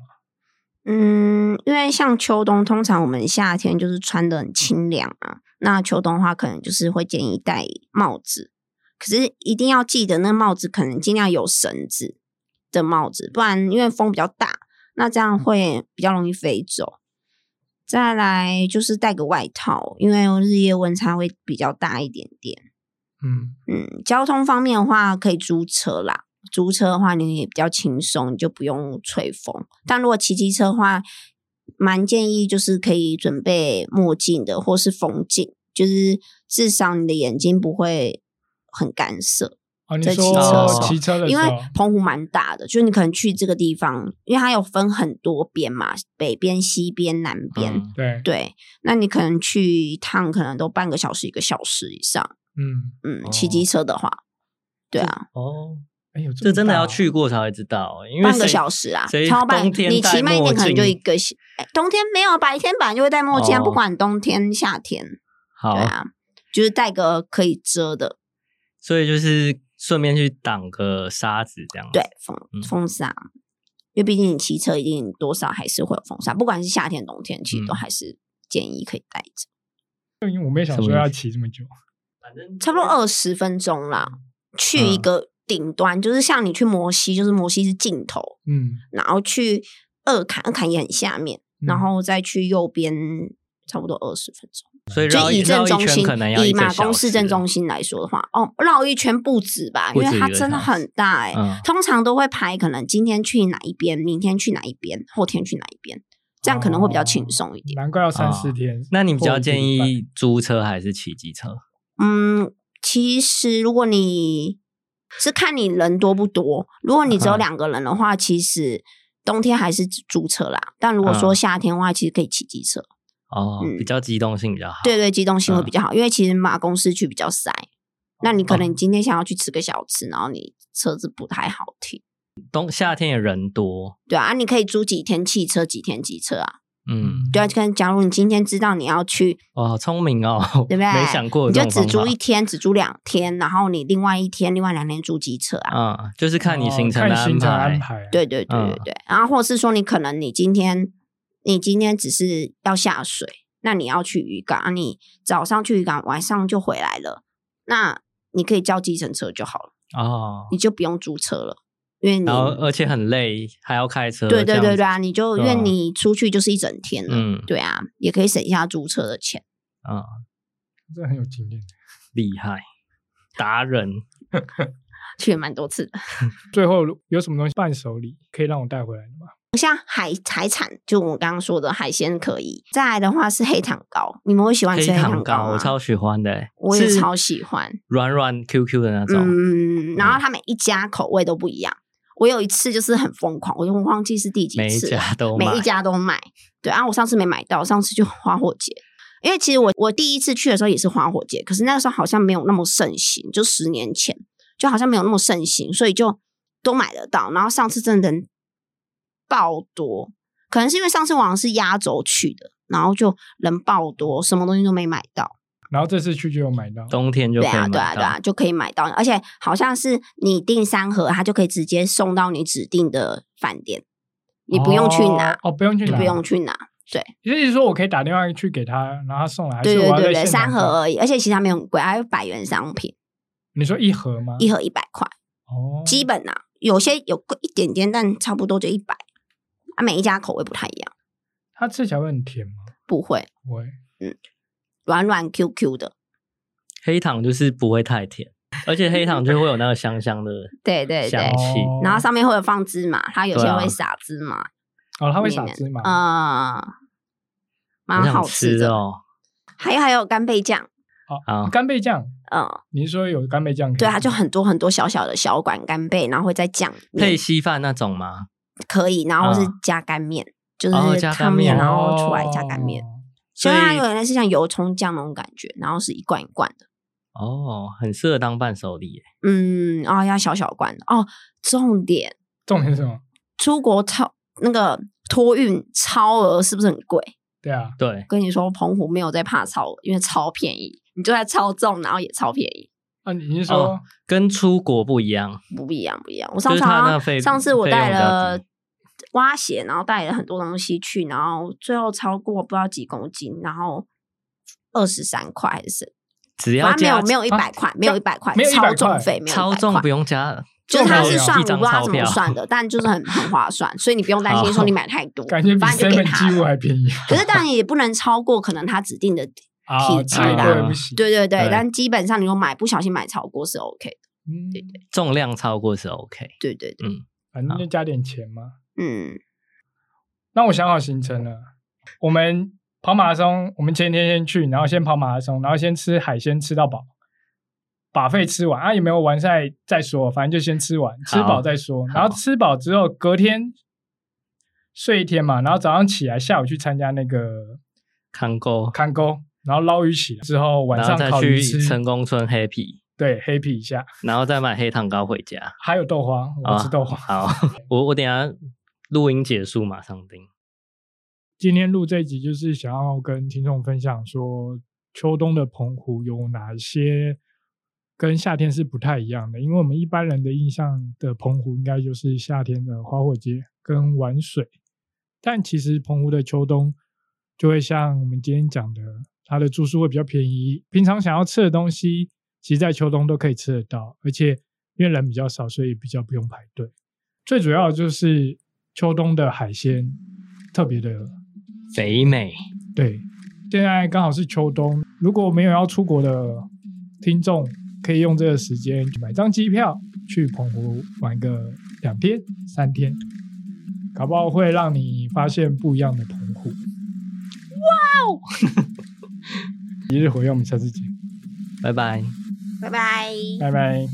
S3: 嗯，因为像秋冬，通常我们夏天就是穿的很清凉啊，那秋冬的话，可能就是会建议戴帽子，可是一定要记得那帽子可能尽量有绳子的帽子，不然因为风比较大，那这样会比较容易飞走。再来就是带个外套，因为日夜温差会比较大一点点。
S2: 嗯，
S3: 嗯，交通方面的话，可以租车啦。租车的话，你也比较轻松，你就不用吹风。但如果骑机车的话，蛮建议就是可以准备墨镜的，或是风镜，就是至少你的眼睛不会很干涩。
S2: 哦，你
S3: 在骑
S2: 说
S1: 车的时候
S2: 骑车的时
S3: 因
S2: 候
S3: 为，澎湖蛮大的，就是你可能去这个地方，因为它有分很多边嘛，北边、西边、南边。
S1: 嗯
S2: 对，
S3: 对，那你可能去一趟，可能都半个小时、一个小时以上。
S2: 嗯，
S3: 嗯
S1: 哦，
S3: 骑机车的话，对啊，
S1: 哦，
S2: 哎呦，
S1: 这真
S2: 么
S1: 的
S2: 大
S1: 要
S2: 哦，
S1: 去过才会知道，因为
S3: 半个
S1: 谁
S3: 小时啊
S1: 谁，
S3: 超半。
S1: 冬天
S3: 你
S1: 戴
S3: 骑慢一
S1: 墨
S3: 点，可能就
S1: 镜
S3: 一个小。哎冬天没有，白天本来就会戴墨镜啊，
S1: 哦
S3: 不管冬天夏天。
S1: 好
S3: 对，啊，就是戴个可以遮的，
S1: 所以就是顺便去挡个沙子这样。
S3: 对，，风
S1: 嗯
S3: 风沙。因为毕竟你骑车一定多少还是会有风沙，不管是夏天冬天，其实都
S1: 嗯
S3: 还是建议可以戴着。
S2: 因为我没想
S1: 什么
S2: 说
S1: 意
S2: 要
S1: 思
S2: 骑这么久，
S1: 反正
S3: 差不多二十分钟啦，去一
S1: 嗯
S3: 个顶端，就是像你去摩西，就是摩西是尽头，
S2: 嗯，
S3: 然后去二坎，二坎也很下面，然
S2: 嗯
S3: 后再去右边，差不多二十分钟。
S1: 所以绕
S3: 就以
S1: 一
S3: 正
S1: 绕一
S3: 中
S1: 圈
S3: 心
S1: 可能要，一
S3: 以
S1: 个
S3: 马
S1: 小
S3: 公市
S1: 时啊
S3: 正中心来说的话，哦，绕一圈不止吧，
S1: 不
S3: 因
S1: 止
S3: 为它
S1: 一个
S3: 真的
S1: 小时
S3: 很大哎、
S1: 嗯
S3: 通常都会排，可能今天去哪一边，明天去哪一边，后天去哪一边，这样可能会比较轻松一点。
S2: 难怪要三
S1: 哦
S2: 四天。
S1: 那你比
S2: 或
S1: 较
S2: 一个
S1: 建
S2: 礼拜
S1: 议租车还是骑机车？
S3: 嗯，其实如果你是看你人多不多，如果你只有
S1: 嗯
S3: 两个人的话，其实冬天还是租车啦。但如果说
S1: 嗯
S3: 夏天的话，其实可以骑机车。
S1: 哦，
S3: 嗯
S1: 比较机动性比较好。
S3: 对，对，机动性会
S1: 嗯
S3: 比较好，因为其实马公市区比较塞。那你可
S1: 哦
S3: 能你今天想要去吃个小吃，然后你车子不太好停，
S1: 冬夏天也人多，
S3: 对啊，啊你可以租几天汽车，几天机车啊，
S1: 嗯，
S3: 对啊。跟假如你今天知道你要去，
S1: 哇，好聪明哦，
S3: 对不对？
S1: 没想过有
S3: 你
S1: 这种
S3: 就只
S1: 方
S3: 租
S1: 法
S3: 一天，只租两天，然后你另外一天、另外两天租机车啊，
S1: 嗯，就是看你
S2: 哦
S1: 行程的
S2: 看行程
S1: 安
S2: 安
S1: 排。
S2: 排，，啊
S3: 对对对对
S1: 嗯
S3: 对。然后或是说你可能你今天你今天只是要下水，那你要去渔港，啊你早上去渔港，晚上就回来了，那你可以叫计程车就好了。
S1: 哦，
S3: 你就不用租车了，因为你
S1: 然后而且很累，还要开车。
S3: 嗯对对
S1: 这样
S3: 对
S1: 子
S3: 对啊，你就因
S1: 对啊
S3: 为你出去就是一整天了，
S1: 嗯
S3: 对啊，也可以省下租车的钱。
S1: 嗯，
S2: 这很有经验。
S1: 厉害，达人。
S3: 去了蛮多次的，
S2: 最后有什么东西伴手礼可以让我带回来的吗？
S3: 像海海产，就我刚刚说的海鲜可以。再来的话是黑糖糕，你们会喜欢吃黑
S1: 糖
S3: 糖糕
S1: 糕
S3: 吗？
S1: 我超喜欢的欸，
S3: 啊我也
S1: 是
S3: 超喜欢
S1: 软软 Q Q 的那种。
S3: 嗯，然后它每一家口味都不一样。我有一次就是很疯狂，我就忘记是第几
S1: 每一
S3: 次了，
S1: 家都
S3: 每
S1: 买
S3: 一家都买。对啊，我上次没买到，上次就 <laughs> 花火节。因为其实我我第一次去的时候也是花火节，可是那个时候好像没有那么盛行，就十年前就好像没有那么盛行，所以就都买得到。然后上次真的人爆多，可能是因为上次我好像是压轴去的，然后就人爆多，什么东西都没买到。
S2: 然后这次去就有买到，
S1: 冬天就可
S3: 对
S1: 以买
S3: 啊，对啊，对啊，就可以买到，而且好像是你订三盒，它就可以直接送到你指定的饭店，你不用去拿，
S2: 哦，不用去
S3: 你
S2: 拿，
S3: 不
S1: 啊
S3: 用。去拿，
S2: 也就是说，我可以打电话去给他，然后他送来。还
S3: 对
S2: 是
S3: 对
S2: 我要
S3: 对
S2: 在
S3: 对，
S2: 现场
S3: 三盒
S2: 买。
S3: 而已，而且其实它没有很贵，还有百元商品，
S2: 你说一盒吗？
S3: 一盒一百块，
S2: 哦，
S3: 基本啊，有些有贵一点点，但差不多就一百，啊，每一家口味不太一样，
S2: 它吃起来会很甜吗？
S3: 不会
S2: 不会，
S3: 软软 Q Q 的，
S1: 黑糖就是不会太甜，而且黑糖就会有那个香香的
S3: <laughs> 对对
S1: 香
S3: 对。
S1: 气。
S2: 哦
S3: 然后上面会有放芝麻，它有
S1: 对
S3: 些
S1: 啊
S3: 会撒芝麻，
S2: 哦，它会
S3: 里
S2: 撒
S3: 面
S2: 芝麻。
S3: 嗯，
S1: 我
S3: 蛮
S1: 想
S3: 好
S1: 吃
S3: 的。
S1: 哦。啊
S3: 还有还有干贝酱，
S1: 好
S3: 呃
S2: 哦，干贝酱，
S3: 嗯，
S2: 你说有干贝酱可以
S3: 对，啊
S2: 吗？
S3: 它就很多很多小小的小管干贝，然后会再酱
S1: 配
S3: 面
S1: 稀饭那种吗？
S3: 可以，然后是
S1: 嗯
S3: 加干面，就
S1: 哦
S3: 是
S1: 加干
S3: 汤面，
S1: 面
S3: 然后出来加干面，
S2: 哦
S1: 所
S3: 所以啊它有
S1: 以
S3: 点类似像油葱酱那种感觉，然后是一罐一罐的，
S1: 哦，很适合当伴手礼欸耶。
S3: 嗯，然后要小小罐的哦。重点，
S2: 重点是什么？
S3: 出国超那个托运超额是不是很贵？
S2: 对啊，
S1: 对，
S3: 跟你说，澎湖没有在怕超额，因为超便宜，你就算超重，然后也超便宜，
S2: 啊，你是
S1: 哦
S2: 说
S1: 跟出国不一样。
S3: 不一样不一样。我
S1: 就
S3: 上
S1: 是
S3: 次
S1: 它
S3: 好
S1: 那
S3: 像
S1: 费
S3: 上次我
S1: 费用
S3: 带
S1: 比较
S3: 了
S1: 低
S3: 蛙鞋，然后带了很多东西去，然后最后超过不知道几公斤，然后二十三块还是
S1: 只要
S3: 反正没
S1: 加
S3: 有没有一百块，没有一百块
S2: 没有，100
S3: 超
S2: 块
S3: 重费没有
S1: 超
S3: 100
S1: 重
S3: 块
S1: 不用加，
S3: 就是它
S2: 重
S3: 是
S2: 没有
S3: 算
S1: 一
S3: 我
S1: 张
S3: 不知道它
S1: 钞
S3: 怎么
S1: 票。<laughs>
S3: 算的，但就是很很划算，所以你不用担心说你买太多，
S2: 感觉比
S3: 反正就给
S2: Seven
S3: 他
S2: 几乎
S3: 了。
S2: 还便
S3: <laughs>
S2: 宜？
S3: 可是当然也不能超过可能他指定的，
S2: 啊，
S3: 体积
S2: 太
S1: 啦
S2: 贵不行。
S3: 对对对
S1: 对，
S3: 但基本上你有买不小心买超过是 OK 的，
S2: 嗯，
S1: 重量超过是 OK。嗯
S3: 对对对，
S2: 反正就加点钱嘛。
S3: 嗯，
S2: 那我想好行程了，我们跑马拉松，我们前天先去，然后先跑马拉松，然后先吃海鲜吃到饱，把费吃完啊，有没有完赛再说，反正就先吃完，吃饱再说。然后吃饱之后，隔天睡一天嘛，然后早上起来，下午去参加那个
S1: 看够，
S2: 看沟，然后捞鱼起来之后，晚
S1: 然后
S2: 上
S1: 再
S2: 烤鱼
S1: 去
S2: 吃，
S1: 成功村 happy，
S2: 对，happy 一下，
S1: 然后再买黑糖糕回家。
S2: 还有豆花，我吃豆花。<laughs>
S1: 啊好， <laughs> 我我等一下录音结束马上订。
S2: 今天录这一集就是想要跟听众分享说，秋冬的澎湖有哪些跟夏天是不太一样的。因为我们一般人的印象的澎湖应该就是夏天的花火节跟玩水，但其实澎湖的秋冬就会像我们今天讲的，它的住宿会比较便宜，平常想要吃的东西，其实在秋冬都可以吃得到，而且因为人比较少，所以比较不用排队。最主要的就是秋冬的海鲜特别的
S1: 肥美，
S2: 对，现在刚好是秋冬，如果没有要出国的听众，可以用这个时间去买张机票去澎湖玩个两天三天，搞不好会让你发现不一样的澎湖。哇 <laughs> 哦！一日回用，我们下次见，
S1: 拜拜。
S3: 拜拜。
S2: 拜拜。